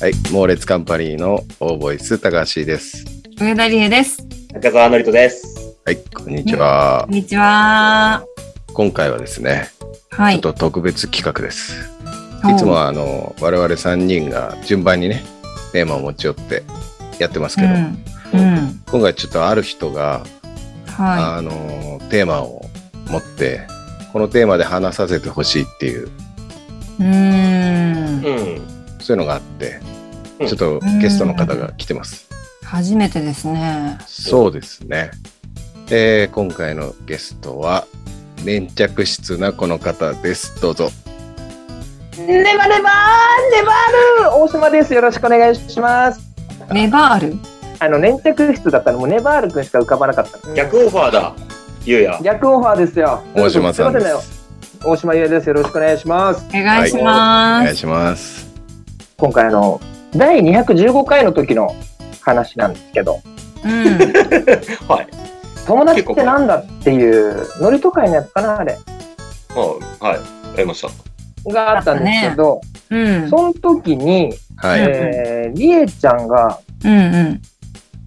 はい、猛烈カンパニーのオーボイス高橋です。上田理恵です。中澤のりとです。はい、こんにちはこん。にちは。今回はですね、はちょいっ。と特別企画です。いつもはあの我々3人が順番にね、テーマを持ち寄ってやってますうけど、ん。うん。今回ちょっとある人が、はあのテーマを持って、このテーマで話させてほしいっていう、い。うーん。うん。そういうのがあって、うんちょっとゲストの方が来てます。初めてですね。そうですね。えー今回のゲストは、粘着質なこの方です。どうぞ。ネバネバーネバール大島です。よろしくお願いします。ネバール。あの、粘着室だったのもうネバールくんしか浮かばなかった。逆オファーだ、ゆうや。逆オファーですよ。大島さんですいませね大島ゆえです。よろしくお願いしますお。願いしおま願いす。します。今回あの、第215回の時の話なんですけど、うん。はい。友達ってなんだっていう、ノリと会のやつかなあれ。あはい。やりました。があったんですけど、うん。 その時に、はい。えー、りえちゃんが、うんうん。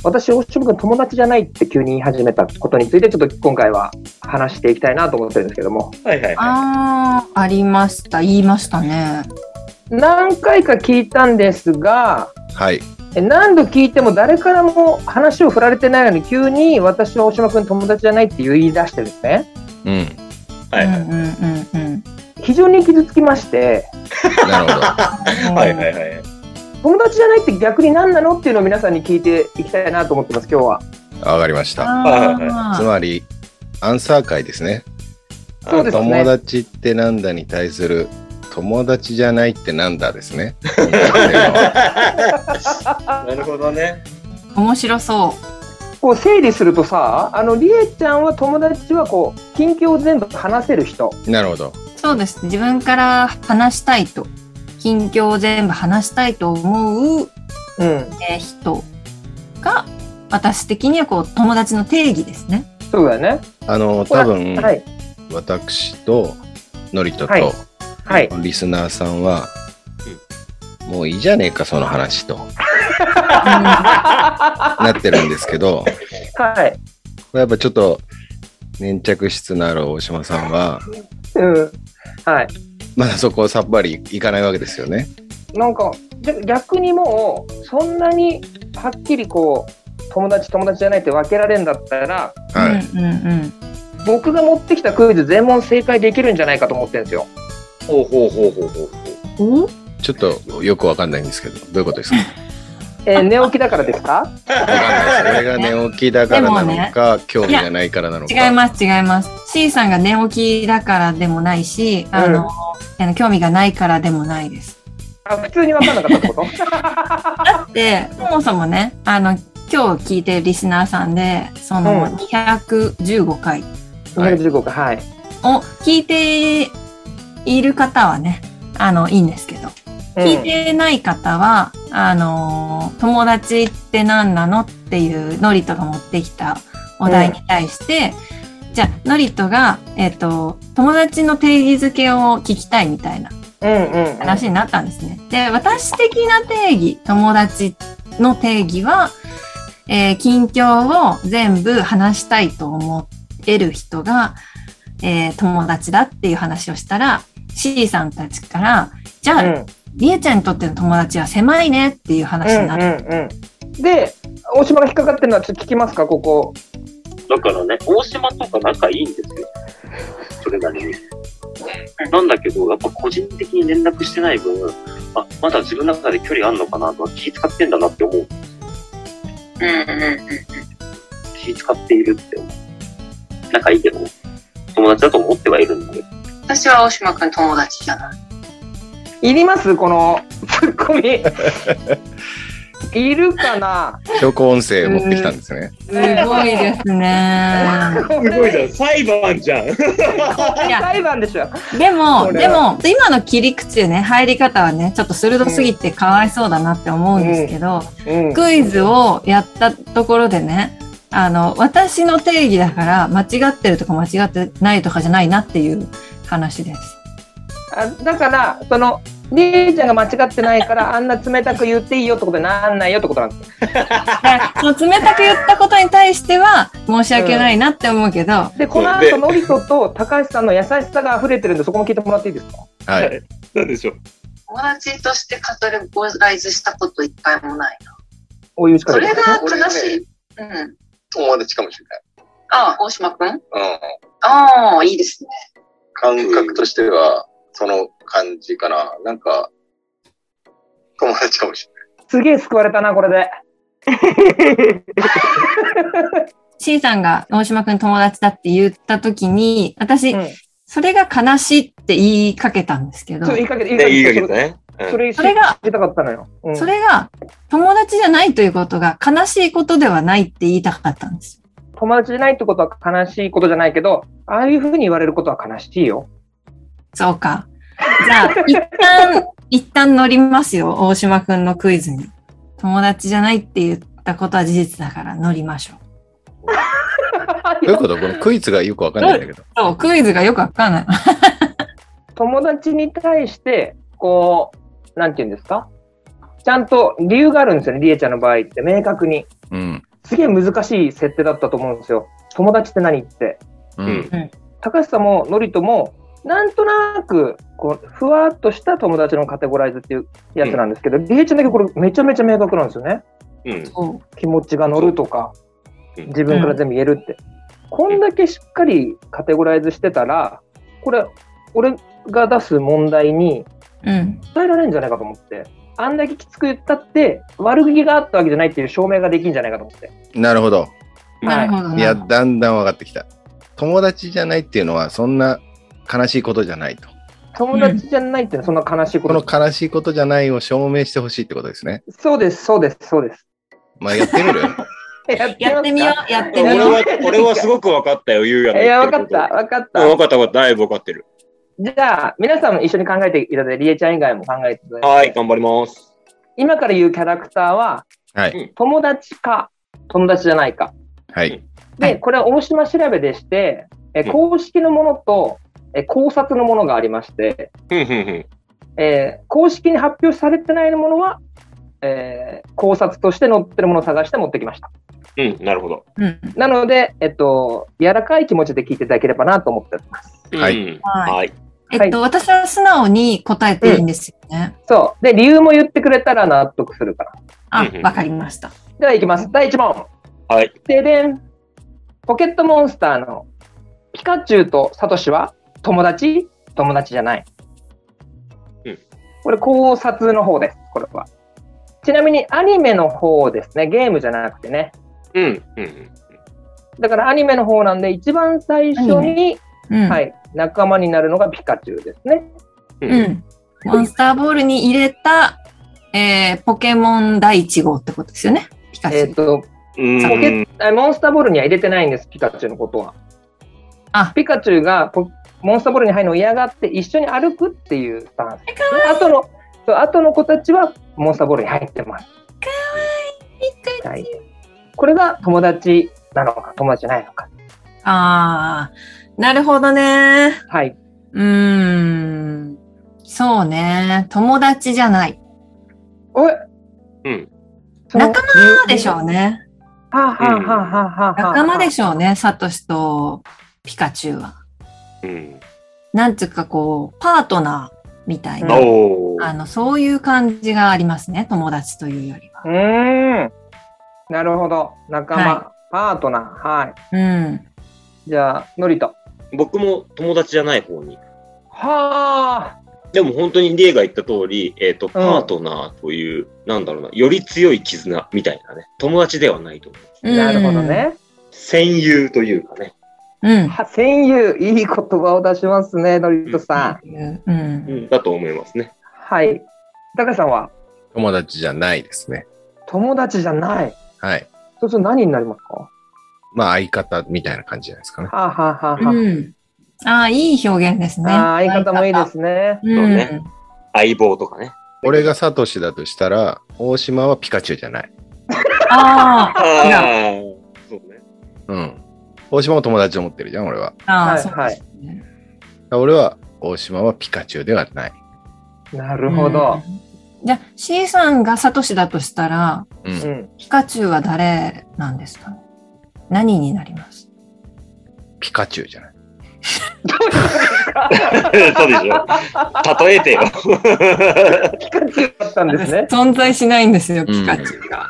私、大島君友達じゃないって急に言い始めたことについて、ちょっと今回は話していきたいなと思ってるんですけども。はいはいはああ、ありました。言いましたね。何回か聞いたんですがはい。え何度聞いても誰からも話を振られてないのに急に私は大島君友達じゃないって言い出してるんですねうん。い。はういんはい。うんうんうん。非常に傷つきましてなるほど。はいはいはい。友達じゃないって逆に何なのっていうのを皆さんに聞いていきたいなと思ってます今日はわかりました。つあまり、アンサー会ですね。そうですね友達ってなんだに対する、友達じゃないってなんだですね。 なるほどね。ー面白そこう整理するとさあのりえちゃんは友達はこう近況を全部話せる人なるほど。う。そうです。自分から話したいと。近況を全部話したいと思ううんえー人が私的にはこう友達の定義ですね。そうだよねあの、多分、はい私と、のりとと、はいはいリスナーさんは、もういいじゃねえか、その話と、なってるんですけど、こはいれやっぱちょっと、粘着質のある大島さんは、うんはいまだそこをさっぱりいかないわけですよね。なんかで逆にもうそんなにはっきりこう友達友達じゃないって分けられるんだったらはい。うんうん僕が持ってきたクイズ全問正解できるんじゃないかと思ってるんですよ。ほうほうほうほうほう。うん。おちょっとよくわかんないんですけど、どういうことですかわえー寝起きだからですかかんないです。俺が寝起きだからなのか、興味がないからなのか。違います違います。C さんが寝起きだからでもないし、あの、あの興味がないからでもないです。 あ普通に分かんなかったってことで、そもそもね、あの、今日聞いてるリスナーさんで、そのうん215回はい ?215 回。はい。を聞いている方はね、あの、いいんですけど、聞いてない方は、あのー友達って何なのっていうノリトが持ってきたお題に対して、じゃあノリトが、えっ、と、友達の定義づけを聞きたいみたいなうんうんうんうん。話になったんですね。で、私的な定義、友達の定義は、えー近況を全部話したいと思える人が、えー友達だっていう話をしたら、C さんたちから、じゃあ、うんりえちゃんにとっての友達は狭いねっていう話になる。うんうんうん。で、大島が引っかかってるのはちょっと聞きますか、ここ。だからね、大島とか仲いいんですよ。それなりに。なんだけど、やっぱ個人的に連絡してない分、あ、まだ自分の中で距離あんのかなとか気使ってんだなって思う。うんうんうん。気使っているって思う。仲いいけど、友達だと思ってはいるんだけど。私は大島君友達じゃない。いりますこのツッコ ミ。いるかな証拠音声持ってきたんですね。すごいですね。 すすごいじゃん。裁判じゃん。いや裁判でしょ。でも、こでれも、今の切り口でね、入り方はね、ちょっと鋭すぎてかわいそうだなって思うんですけど、うんクイズをやったところでね、あの、私の定義だから、間違ってるとか間 違ってないとかじゃないなっていう話です。あだからそのりえちゃんが間違ってないから、あんな冷たく言っていいよってことになんないよってことなんですよ。だからその冷たく言ったことに対しては申し訳ないなって思うけど、で、この後、ノリトと高橋さんの優しさが溢れてるんで、そこも聞いてもらっていいですかはい。 なんでしょう。友達としてカテゴライズしたこと一回もないな。お湯しかそけれが正しい。うん。友達かもしれない。あ、大島くんうん。ああ、いいですね。感覚としては、その感じかな。なんか、友達かもしすげえ救われたな、これで。 C さんが大島くん友達だって言った時に、私、うんそれが悲しいって言いかけたんですけどそう、、言いかけて、ね、いいかてけね。それ、それが、知りたかったのよ。うんそれが友達じゃないということが悲しいことではないって言いたかったんです。友達じゃないってことは悲しいことじゃないけど、ああいうふうに言われることは悲しい よ。そうか。じゃあ、一 旦、一旦乗りますよ。大島くんのクイズに。友達じゃないって言ったことは事実だから乗りましょう。どういうことこのクイズがよくわかんないんだけど。そう、クイズがよくわかんない。友達に対して、こう、なんて言うんですかちゃんと理由があるんですよね、りえちゃんの場合って、明確に。うん。すげえ難しい設定だったと思うんですよ。友達って何って。うん。高橋さんもノリとも、なんとなく、こう、ふわっとした友達のカテゴライズっていうやつなんですけど、り、え、ちゃんだけこれめちゃめちゃ明確なんですよね。うん。そ気持ちが乗るとか、うん自分から全部言えるって、こんだけしっかりカテゴライズしてたらこれ俺が出す問題にう。うん。伝えられるんじゃないかと思ってあんだけきつく言ったって悪気があったわけじゃないっていう証明ができるんじゃないかと思ってなるほど。なるほどいや、な。だんだん分かってきた。友達じゃないっていうのは、そんな悲しいことじゃないと。友達じゃないっていうのはそんな悲しいこ、ことの悲しいことじゃないを証明してほしいってことですね。そうですそうですそうですまあ、やってみ るやみますかやってみよう、やってみよ俺う。は、俺はすごく分かったよ、優也のいや言分てかること。った分かっうん分たかった、分かった。だいぶ分かってる。じゃあ皆さんも一緒に考えていただいてりえちゃん以外も考えていただいて、はい、頑張ります。今から言うキャラクターははい。友達か友達じゃないかはい。はで、いこれは大島調べでして、えうん公式のものと、え考察のものがありまして、ふんふんふん。えー公式に発表されてないものは、えー考察として載ってるものを探して持ってきました。うん、なるほど。うん。なので、えっと、柔らかい気持ちで聞いていただければなと思ってます。はいうんはいはい。えっと、私は素直に答えていいんですよね。そう。で、理由も言ってくれたら納得するから。あうんう、んわかりました。では、いきます。第1問。はい。ででん。ポケットモンスターのピカチュウとサトシは友達友達じゃない。うんこれ考察の方です、これは。ちなみにアニメの方ですね、ゲームじゃなくてね。うん、うん。だからアニメの方なんで、一番最初アニに、うん。はい、仲間になるのがピカチュウですね。うう。ん。モンスターボールに入れた、えー、ポケモン第1号ってことですよね。ピカチえっ、ュウ。と、うんポケあモンスターボールには入れてないんです、ピカチュウのことは。あピカチュウがポモンスターボールに入るのを嫌がって一緒に歩くっていうスタンス。あとの、そう後の子たちはモンスターボールに入ってます。ピカはい、これが友達なのか、友達じゃないのか。あー、なるほどね。はい。うーん。そうね。友達じゃない。おいうん。仲間そうでしょう。ね。はあ、はあはあはあはあはあ、仲間でょしょうね。サトシとピカチュウは。うん。なんつうかこう、パートナーみたいな。おあー。の、そういう感じがありますね。友達というよりは。うーん。なるほど。仲間、はパートナー。はい。うん。じゃあ、ノリと。僕も友達じゃない方に。はあ。でも本当にリエが言った通り、えっ、と、パートナーという、なんだろうな、より強い絆みたいなね、友達ではないと思う。なるほどね。戦友というかね。うん。は戦友、いい言葉を出しますね、ノリトさん。うん。うん。だと思いますね。はい。高橋さんは、友達じゃないですね。友達じゃない。はい。そうすると何になりますかはまあ、相方みたいな感じじゃないですかね。あ、はあはあはあうん。ああ、いい表現ですね。あー相方もいいですね。うん。そうね相棒とかね。俺がサトシだとしたら、大島はピカチュウじゃない。ああ、ああ。そうね。うん。大島も友達と思ってるじゃん、俺は。ああ、はいそうですね。俺は、大島はピカチュウではない。なるほど。うんじゃあ C さんがサトシだとしたら、う。うんん。ピカチュウは誰なんですかね何になりますピカチュウじゃない。そうでしょ。例えてよ。だったんですね。存在しないんですよ、うんピカチュウが。キャ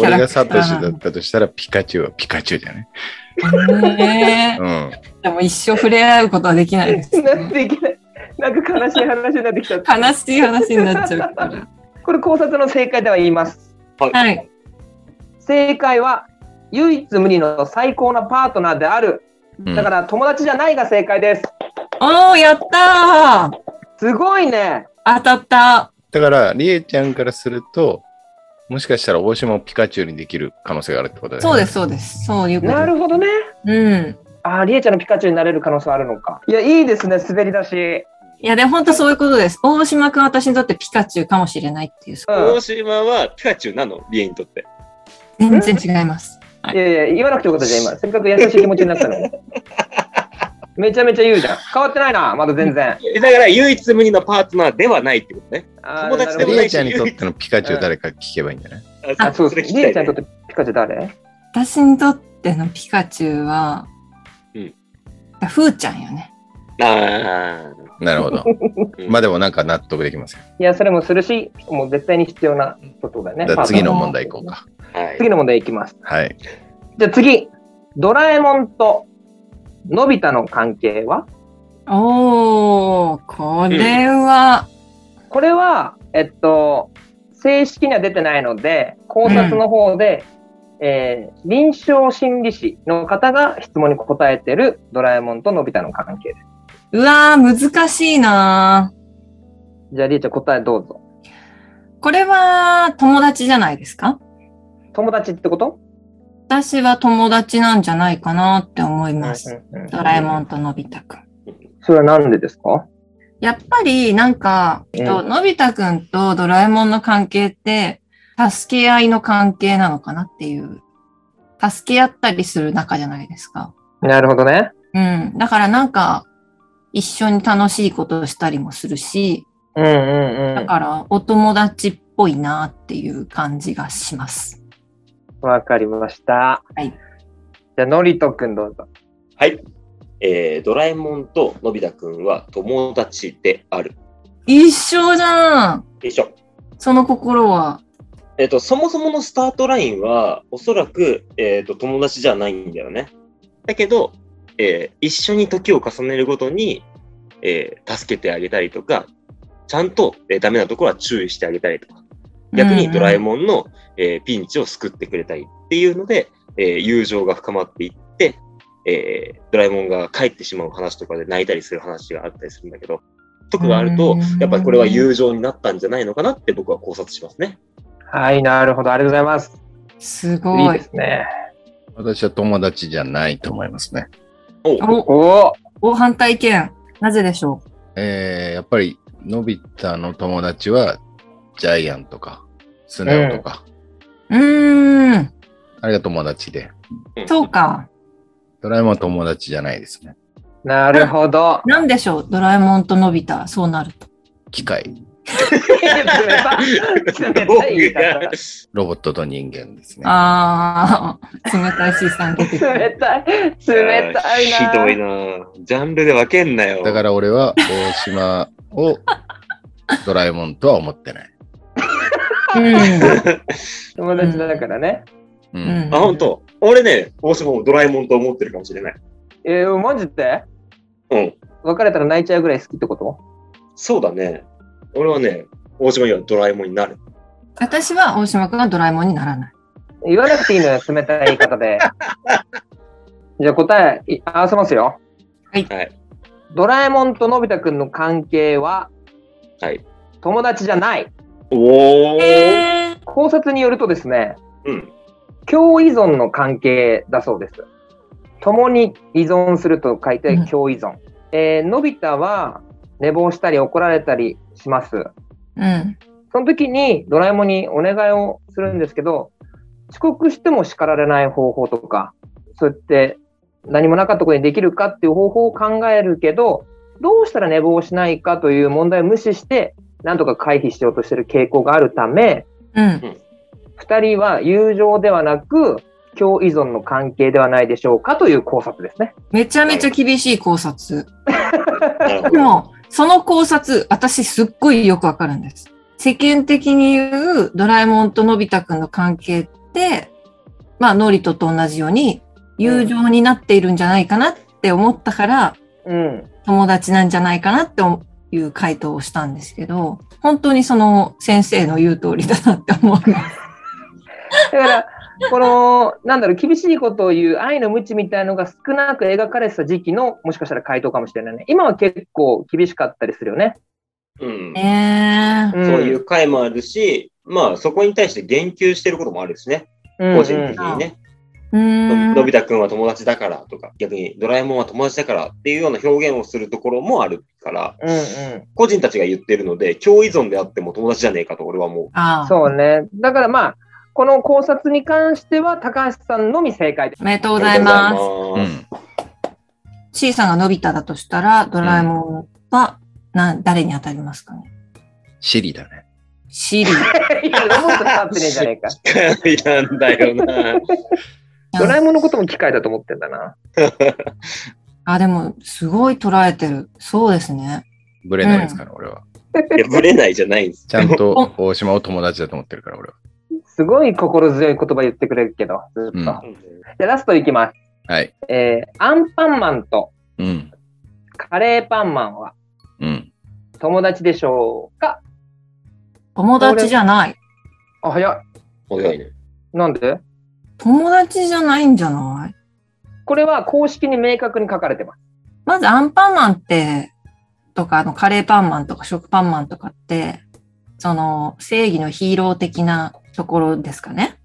俺ラがクタサートシだったとしたら、ピカチュウはピカチュウじゃない。 ねうん。えでも一生触れ合うことはできないです、 なんね。ていけない。なんか悲しい話になってきちゃった。悲しい話になっちゃうから。これ考察の正解では言います。はい。正解は唯一無二の最高なパートナーである。うんだから友達じゃないが正解です。おー、やったーすごいね。当たった。だから、りえちゃんからすると、もしかしたら大島をピカチュウにできる可能性があるってことだよね。そうです、そうです。そういうことなるほどね。うん。ああ、りえちゃんのピカチュウになれる可能性あるのか。いや、いいですね、滑り出し。いや、で、本当そういうことです。大島くん、私にとってピカチュウかもしれないっていう。うん大。島はピカチュウなのリエにとって。全然違います。いやいや、言わなくてよかったじゃん、今。せっかく優しい気持ちになったの に。めちゃめちゃ言うじゃん。変わってないな、まだ全 然。えだから唯一無二のパートナーではないってことね。あー友達なでるほりどえちゃんにとってのピカチュウ誰か聞けばいいんじゃないあ、そうですね。りえちゃんねにとってピカチュウ誰私にとってのピカチュウは、うんだふーちゃんよね。ああ。なるほど。うんまあでもなんか納得できますよ。いや、それもするし、もう絶対に必要なことだねじゃ。あ次の問題い行こう。か。はい。次の問題いきます。はい。じゃあ次。ドラえもんとのび太の関係はおー、これは、これは、えっと、正式には出てないので、考察の方で、えー臨床心理士の方が質問に答えてるドラえもんとのび太の関係です。うわー、難しいなーじゃあ、りえちゃん答えどうぞ。これは友達じゃないですか友達ってこと私は友達なんじゃないかなって思います。うんうんうんドラえもんとのび太くん。それはなんでですかやっぱりなんか、うんとのび太くんとドラえもんの関係って、助け合いの関係なのかなっていう。助け合ったりする仲じゃないですか。なるほどね。うん。だからなんか、一緒に楽しいことをしたりもするし、うんうんうだからお友達っぽいなっていう感じがします。ん。わかりました。はいじゃあ、のりとくんどうぞ。はい。えー、ドラえもんとのび太くんは友達である。一緒じゃんでしょ。その心は。えっ、と、そもそものスタートラインは、おそらく、えっ、と、友達じゃないんだよね。だけど、えー一緒に時を重ねるごとに、えー助けてあげたりとか、ちゃんと、えーダメなところは注意してあげたりとか、逆にドラえもんの、えーピンチを救ってくれたりっていうので、えー友情が深まっていって、えードラえもんが帰ってしまう話とかで泣いたりする話があったりするんだけど、とかがあると、やっぱりこれは友情になったんじゃないのかなって僕は考察しますね。はい、なるほど。ありがとうございます。すいいごいで。すね。私は友達じゃないと思いますね。おうお、おお。お反対意見。なぜでしょえー、やっぱり、のび太の友達は、ジャイアンとか、スネ夫とか、ううーん。あれが友達で、そうか。ドラえもんは友達じゃないですね。なるほど。なんでしょうドラえもんとのび太、そうなると。機械、冷た冷たい言い方だロボットと人間ですね。あー、 冷たい C さん出てくる。冷たい。冷たいな。ひどいなジャンルで分けんなよ。、だからら俺は、大島を、ドラえもんとは思ってない。うん友達だからね。う。うんん。あ、本当。俺ね、大島もドラえもんと思ってるかもしれない。えー、マジでうん。別れたら泣いちゃうぐらい好きってことそうだね。俺はね、大島よりはドラえもんになる。私は大島くんはドラえもんにならない。言わなくていいのよ、冷たい言い方で。 じゃあ答えい合わせますよ。はいはい。ドラえもんとのび太くんの関係ははい。友達じゃない。おー。え考察によるとですね、うん。共依存の関係だそうです。共に依存すると書いてうん共依存。えーのび太は寝坊したり怒られたりします。うん。その時にドラえもんにお願いをするんですけど、遅刻しても叱られない方法とか、そうやって何もなかったことにできるかっていう方法を考えるけど、どうしたら寝坊しないかという問題を無視して、なんとか回避しようとしている傾向があるため、うん。二人は友情ではなく、共依存の関係ではないでしょうかという考察ですね。めちゃめちゃ厳しい考察。なるほでど。も、その考察、私すっごいよくわかるんです。世間的に言うドラえもんとのび太くんの関係って、まあ、ノリトと同じように友情になっているんじゃないかなって思ったから、うん。友達なんじゃないかなっていう回答をしたんですけど、本当にその先生の言う通りだなって思う。だから、この、なんだろう、厳しいことを言う愛の無知みたいのが少なく描かれてた時期の、もしかしたら回答かもしれないね。今は結構厳しかったりするよね。うん。ねえんそういう回もあるし、まあそこに対して言及してることもあるしね。うん個人的にね。うーんのび太くんは友達だからとか、逆にドラえもんは友達だからっていうような表現をするところもあるから、うんう個人たちが言ってるので、共依存であっても友達じゃねえかと俺はもあん。あ、そうね。だからまあ、この考察に関しては、高橋さんのみ正解 です。おめでとうう。ございまうす。ありがとうございん。 C さんがのび太だとしたら、ドラえもんは、な、誰に当たりますかねシリだね。シリ。いや、ロボット使ってねえじゃ ねえか。ます。機 械なんだよな。ドラえもんのことも機械だと思ってんだな。あ、でも、すごい捉えてる。そうですね。ぶれないですから、俺は。いや、ぶれないじゃないんです。ちゃんと大島を友達だと思ってるから、俺は。すごい心強い言葉言ってくれるけど、ずっと。うんじゃあラストいきます。はい。えー、アンパンマンとうん。カレーパンマンはうん。友達でしょうか友達じゃない。あ、早い。早いね。なんで友達じゃないんじゃないこれは公式に明確に書かれてます。まず、アンパンマンって、とか、あの、カレーパンマンとか、食パンマンとかって、その、正義のヒーロー的なところですかね。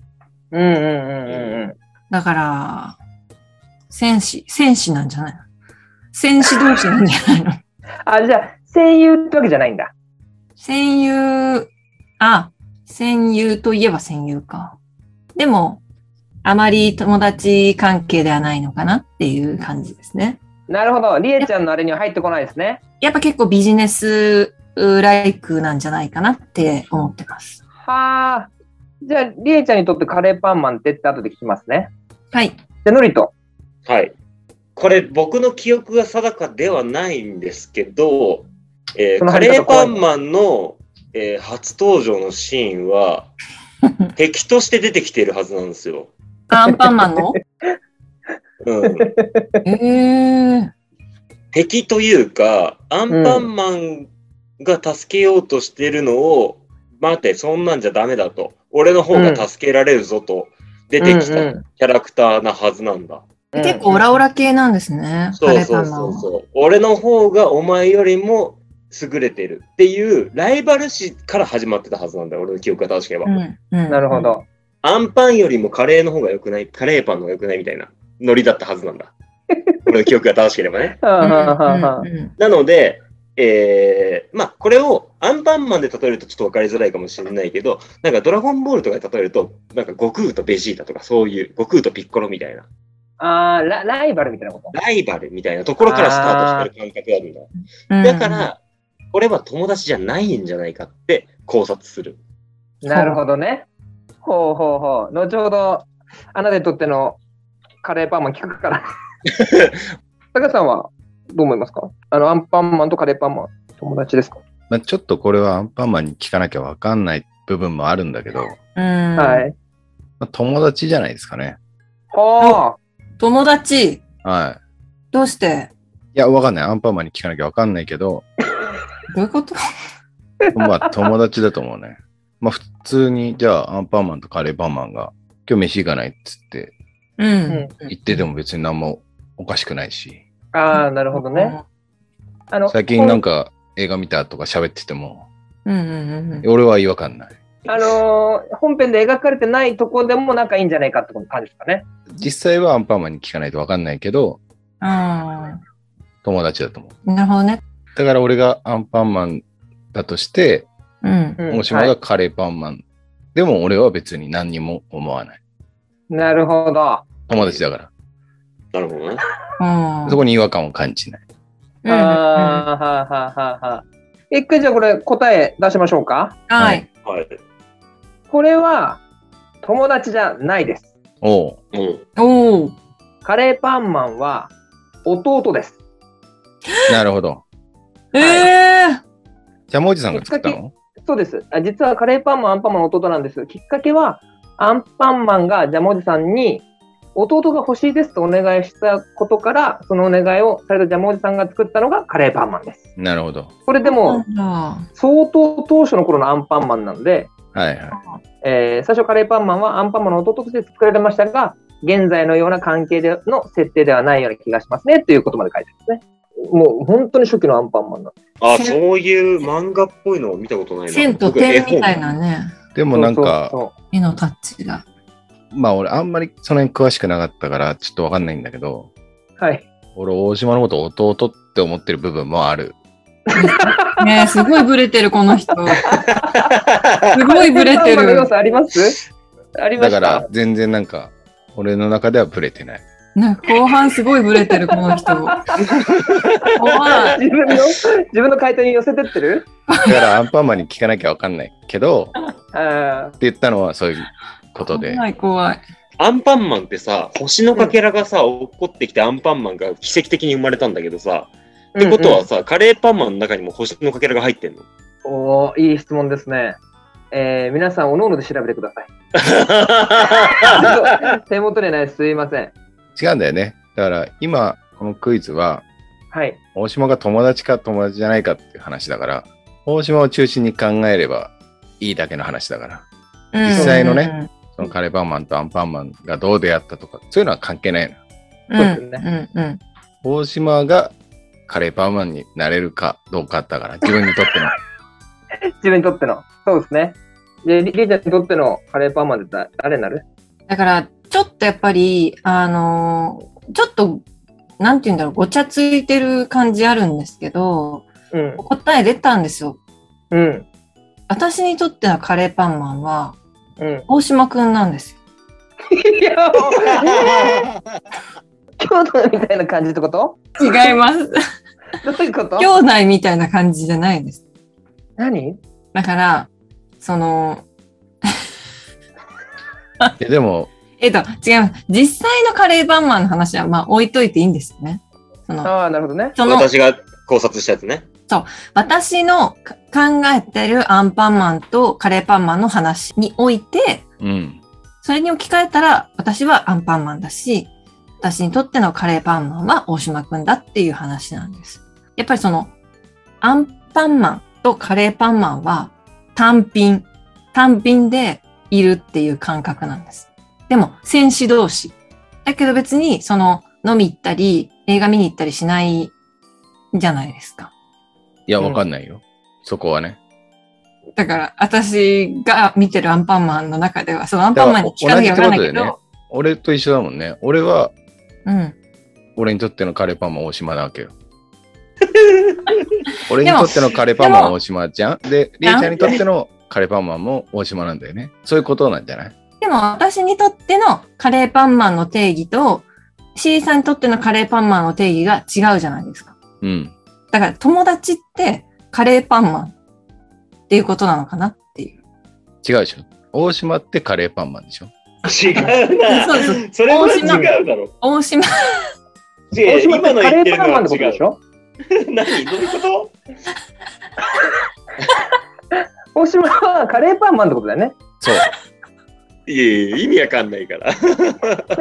うんうんうんうんうん。だから、戦士、戦士なんじゃないの戦士同士なんじゃないのあ、じゃあ、声優ってわけじゃないんだ。戦友、あ、戦友といえば戦友か。でも、あまり友達関係ではないのかなっていう感じですね。なるほど。りえちゃんのあれには入ってこないですね。やっぱ結構ビジネスライクなんじゃないかなって思ってます。はあ。じゃあ、りえちゃんにとってカレーパンマンってって後で聞きますね。はい。で、のりと。はい。これ、僕の記憶が定かではないんですけど、えーそのカ入りレ方ーパンマンの、えー初登場のシーン は、敵として出てきてるはずなんですよ。アンパンマンのうん、ええ敵というか、アンパンマンが助けようとしてるのを、待て、そんなんじゃダメだと。俺の方が助けられるぞと出てきうんたキャラクターなはずなんだ。うん結構オラオラ系なんですね。カそうレーそパうンマンそはうそう。俺の方がお前よりも優れてるっていうライバル視から始まってたはずなんだよ、俺の記憶が正しければ。うんうんなるほ。ど。アンパンよりもカレーの方が良くない、カレーパンの方が良くないみたいなノリだったはずなんだ。俺の記憶が正しければね。はあうんうんはあはあはあうんなので、えー、まあ、これをアンパンマンで例えるとちょっと分かりづらいかもしれないけど、なんかドラゴンボールとかで例えると、なんか悟空とベジータとかそういう、悟空とピッコロみたいな、あーラライバルみたいなこと。ライバルみたいなところからスタートしてる感覚があるんだ。うんだから、これは友達じゃないんじゃないかって考察する。なるほどね。ほうほうほう。後ほど、あなたにとってのカレーパンマン聞く から。高橋さんはどう思いますかあの、アンパンマンとカレーパンマン、友達ですか、まあ、ちょっとこれはアンパンマンに聞かなきゃわかんない部分もあるんだけど、まうんはい。あ、友達じゃないですかね。ほ友達、はどうしてい。いや、わかんない。アンパンマンに聞かなきゃわかんないけど、どういうことまあ友達だと思うね。まあ普通に、じゃあアンパンマンとカレーパンマンが、今日飯行かないっつってうん。言ってても別に何もおかしくないし、う。ああ、なるほどね。あの、最近なんか映画見たとか喋ってても、うんうんうんうん。俺は違和感ない。あのー本編で描かれてないとこでも仲いいんじゃないかってこと感じですかね。実際はアンパンマンに聞かないとわかんないけど、あ友達だと思う。あ、なるほどね。だから俺がアンパンマンだとして、うん。うん大島はがいカレーパンマン。でも俺は別に何にも思わない。なるほど。友達だから。なるほどね。うんそこに違和感を感じない。ううんはあはあはあはあはあ。一回じゃあこれ答え出しましょうか。はい。はい。これは友達じゃないです。おうもうおお。カレーパンマンは弟です。なるほど。ええジャムおじさんが作ったきのそうです。あ実はカレーパンマン、アンパンマンの弟なんです。きっかけは、アンパンマンがジャムおじさんに、弟が欲しいですとお願いしたことから、そのお願いをされたジャムおじさんが作ったのがカレーパンマンです。なるほど。これでも、相当当初の頃のアンパンマンなので、はいはい。えー最初カレーパンマンはアンパンマンの弟として作られましたが、現在のような関係での設定ではないような気がしますねということまで書いてあるんですね。もう本当に初期のアンパンマンなんです。あ、千そういう漫画っぽいのを見たことないな。千と僕絵点本みたいなね、でもなんか、そうそうそう絵のタッチが。まあ俺あんまりその辺詳しくなかったからちょっとわかんないんだけど、はい。俺大島のこと弟って思ってる部分もある。ねえすごいブレてる、この 人。すごいブレてアンパンマンのる要。素ありますありまだしたから全然なんか、俺の中ではブレてない。なんか後半すごいブレてる、こ の人。怖い。自分の、自分の回答に寄せてってるだ からアンパンマンに聞かなきゃわかんないけど、っあて言ったのはそういうことで。怖い、怖い。アンパンマンってさ、星のかけらがさ、落っこってきてアンパンマンが奇跡的に生まれたんだけどさ、ーってことは、さ、カレーパンマンの中にも星のかけらが入ってんのうんうんおーいい質問ですね。えー皆さん、おのおので調べてく ださい。ちょっと手元にないです。すいません。違うんだよね。だから今、このクイズは、はい。大島が友達か友達じゃないかっていう話だから、大島を中心に考えればいいだけの話だから、実際のね。そのカレーパンマンとアンパンマンがどう出会ったとか、そういうのは関係ないの。うん、そううですん、うん。大島がカレーパンマンになれるかどうかだから、自分にと っての。自分にとっての。そうですね。で、りりーちゃんにとってのカレーパンマンってだ誰になるだから、ちょっとやっぱり、あのーちょっと、なんて言うんだろう、ごちゃついてる感じあるんですけど、うん。答え出たんですよ。うん。私にとってのカレーパンマンは、 うん。大島くんなんですよ。いや、京都みたいな感じってこと違います。どういうこと兄弟みたいな感じじゃないです。何だから、その、いやでも、えっと、違います。実際のカレーパンマンの話は、まあ、置いといていいんですよね。その、ああ、なるほどね。その、私が考察したやつね。私のか考えてるアンパンマンとカレーパンマンの話において、うん。それに置き換えたら、私はアンパンマンだし、私にとってのカレーパンマンは大島くんだっていう話なんです。やっぱりその、アンパンマンとカレーパンマンは単品、単品でいるっていう感覚なんです。でも、戦士同士。だけど別に、その、飲み行ったり、映画見に行ったりしないじゃないですか。いや、うんわかんないよ。そこはね。だから、私が見てるアンパンマンの中では、そのアンパンマンに聞かなきゃわかんないけだからど、俺と一緒だもんね。俺は、うん。俺にとってのカレーパンマンは大島なわ けよ。俺にとってのカレーパンマンは大島じゃん。で、りえちゃんにとってのカレーパンマンも大島なんだよね。そういうことなんじゃないでも私にとってのカレーパンマンの定義と、C さんにとってのカレーパンマンの定義が違うじゃないですか。うん。だから友達ってカレーパンマンっていうことなのかなっていう。違うでしょ。大島ってカレーパンマンでしょ。違うな。そうそうそれは違うだろ。大島、違う大島って今のカ言レってーるパンのマはンってこと違でしう。ょ 何どういうこと大島はカレーパンマンってことだよ ね。 そう。いやいや意味わかんないから。だか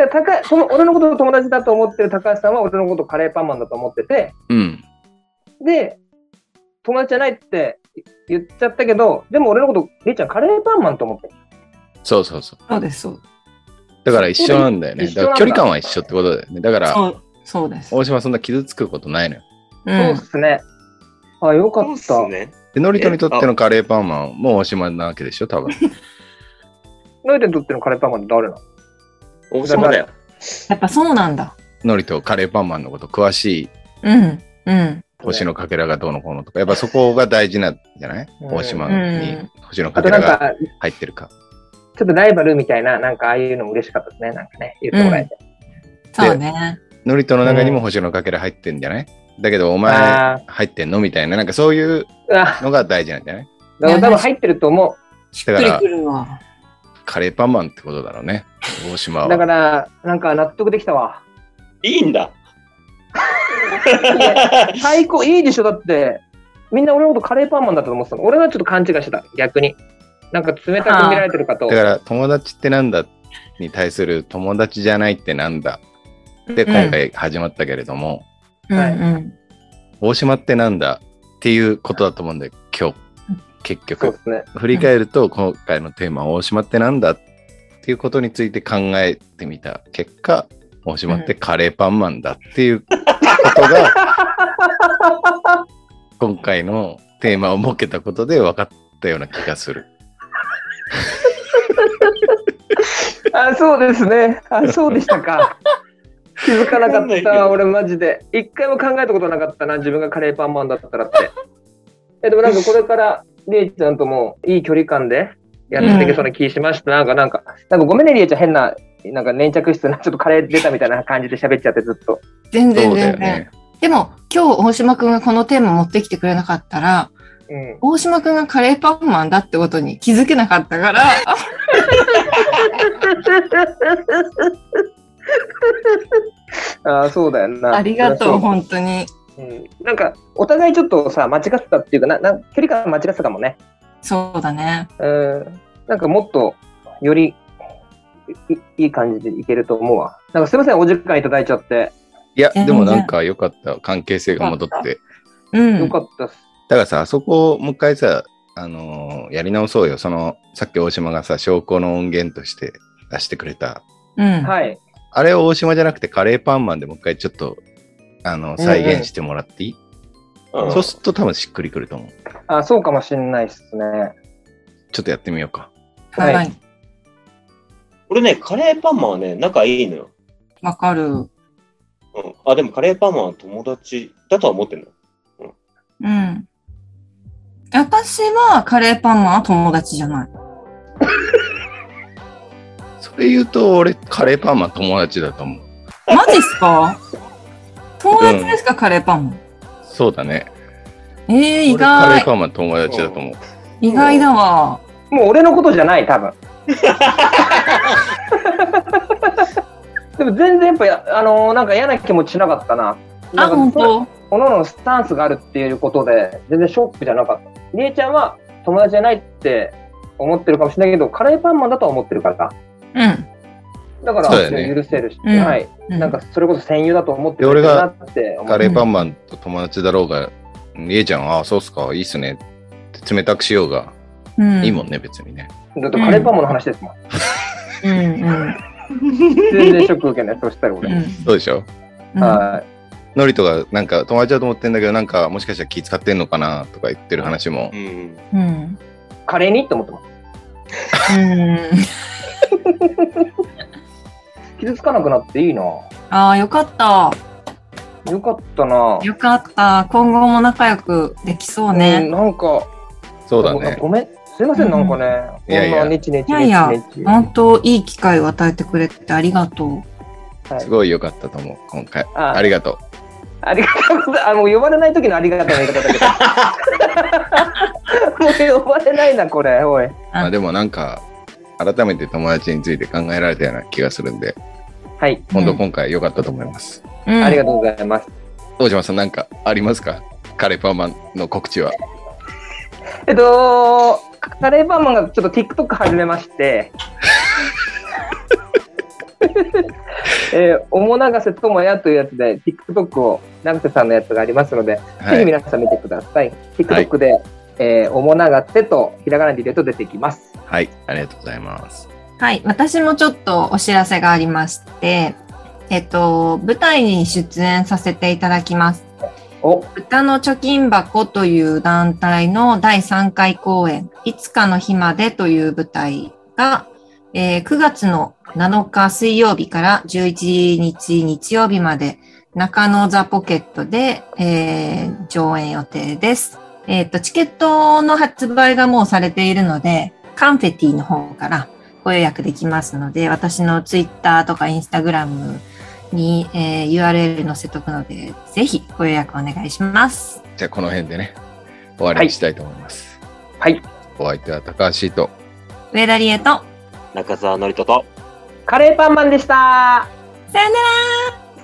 ら高いその俺のことを友達だと思ってる高橋さんは俺のことをカレーパンマンだと思ってて、うん。で、友達じゃないって言っちゃったけど、でも俺のこと、りーちゃんカレーパンマンと思ってる。そうそうそう。そうです、そう。だから一緒なんだよね。そこだで一緒かなんらだ距離感は一緒ってことだよね。だから、そうそうです。大島そんな傷つくことないのよ。うそうっん。すね。あ、よかそうっっすた。ね。で、ノリトにとってのカレーパンマンも大島なわけでしょ、多分。ノイデンとってのカレーパンマンって誰なの大島だよ。やっぱそうなんだ。ノリトカレーパンマンのこと詳しいうん。うん。星のかけらがどうのこうのとか、やっぱそこが大事なんじゃないうん大島うにん星のあかとけならんがか、入ってるか。ちょっとライバルみたいな、なんかああいうのも嬉しかったですね。なんかね、言ってもらえて。そうね。ノリトの中にも星のかけら入ってんじゃないだけどお前あ入ってんのみたいな、なんかそういうーあ、のが大事なんじゃないだから多分入ってると思だかくりらく、るわ。カレーパンマンってことだろうね、大島う。だかは。ら、 なんか納得できたわ。いいんだ。最高、いいでしょ、だって。みんな俺のことカレーパンマンだと思ってたの。俺はちょっと勘違いしてた、逆に。なんか冷たく見られてるかとだ。から、友達ってなんだに対する友達じゃないってなんだってうん今回始まったけれども、うんはいうん。大島ってなんだっていうことだと思うんだよ、今日。結そ局うで。すね。振り返ると、今回のテーマ、大島ってなんだっていうことについて考えてみた結果、大島ってカレーパンマンだっていうこと が、今回のテーマを設けたことで分かったような気がする。あ、そうですね。あ、そうでし たか。気づかなわかかんないっけどた、俺マジで。一回も考えたことなかったな、自分がカレーパンマンだったらって。えでもなんかこれから、りえちゃんともいい距離感でやっていけそうな気しました。なんか、なんか、なんかごめんね、りえちゃん、変な、なんか粘着質な、ちょっとカレー出たみたいな感じで喋っちゃって、ずっと。全然そうだ全よ然。ね。でも、今日大島くんがこのテーマ持ってきてくれなかったら、うん。大島くんがカレーパンマンだってことに気づけなかったから、 あーそうだよな。ありがとう、そ本当に。う。うん、なんか、お互いちょっとさ、間違ってたっていうか、ななん距離感間違ってたかもね。そうだね。うんなんかもっとよりいいいい感じでいけると思うわ。なんかすみません、お時間いただいちゃって。いや、全然でもなんか良かった。関係性が戻って。うん。よかったっす。だからさ、あそこをもう一回さ、あのーやり直そうよ。その、さっき大島がさ、証拠の音源として出してくれた。うん。はい。あれを大島じゃなくてカレーパンマンでもう一回ちょっと、あの、再現してもらっていい、うんそうすると多分しっくりくると思う。あ、そうかもしんないっすね。ちょっとやってみようか。はい。わ、は俺ね、カレーパンマンはね、仲いいのよ。かる。うん、あ、でもカレーパンマンは友達だとは思ってんの。うん。私はカレーパンマンは友達じゃない。それ言うと、俺、カレーパンマン友達だと思う。マジっすか友達ですか、カレーパンマン。そうだね。えー、意俺カレー外。パンマン友達だと思う。意外だわ。もう俺のことじゃない、多分。でも全然やっぱや、あのーなんか嫌な気持ちしなかったあ、な。なん本か当。おののスタンスがあるっていうことで、全然ショックじゃなかった。りえちゃんは友達じゃないって思ってるかもしれないけど、カレーパンマンだとは思ってるから。うん。だからそうだよね許せるし、うんはい。うんなんかそれこそ戦友だと思ってで俺がくれてるなって思うカレーパンマンと友達だろうが、りえちゃんは、ああ、そうっすか、いいっすねって冷たくしようが、うん、いいもんね、別にね。だってカレーパンマンの話ですもん。うんうん全然ショック受けない、そしたらう俺。んそうでしょうん。はノリとか、なんか友達だと思ってんだけど、なんかもしかしたら気使ってんのかなとか言ってる話もう、ん。うん。い。カレーにって思ってます。うん。傷つかなくなっていいな。ああ、よかった。よかったな。よかった。今後も仲良くできそううんね。なんか、そうだね。ごめん。すいません、なんかね。うんいやいやこんなネチネチいやネいチやネチ。、本当いい機会を与えてくれてありがとはいすごい良かったと思う、今回。あありがとう。ありがとうございます。あ、もう呼ばれない時のありがとうの言い方だけど。もう呼ばれないな、これ。おい。まあ、でもなんか、改めて友達について考えられたような気がするんで、はい。本当今回良かったと思います。う。うんありがとうございます。大島さん、なんかありますかカレーパンマンの告知は。えっと、カレーパンマンがちょっと TikTok 始めまして、えー、おも長瀬ともやというやつで、TikTok を長瀬さんのやつがありますので、はぜひい。皆さん見てください。TikTok で、えー、おも長瀬とひらがなで入れると出てきます。はい。ありがとうございます。はい、私もちょっとお知らせがありまして、えっと、舞台に出演させていただきます。お、歌の貯金箱という団体の第3回公演、いつかの日までという舞台が、えー9月の7日水曜日から11日日曜日まで中野ザポケットで、えー上演予定です。えっと、チケットの発売がもうされているので、カンフェティの方からご予約できますので、私のツイッターとかインスタグラムに、えー URL 載せとくので、ぜひご予約お願いします。じゃあこの辺でね、終わりにしたいと思います。はい。お相手は高橋と、上田理恵と、中澤のりとと、カレーパンマンでしたさよ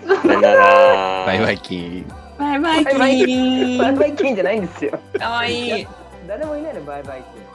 なさよなら。バイバイキーン。らバイバイキバイバーバインバイキーンじゃないんですよ。かわいい。誰もいないのバイバイキーン。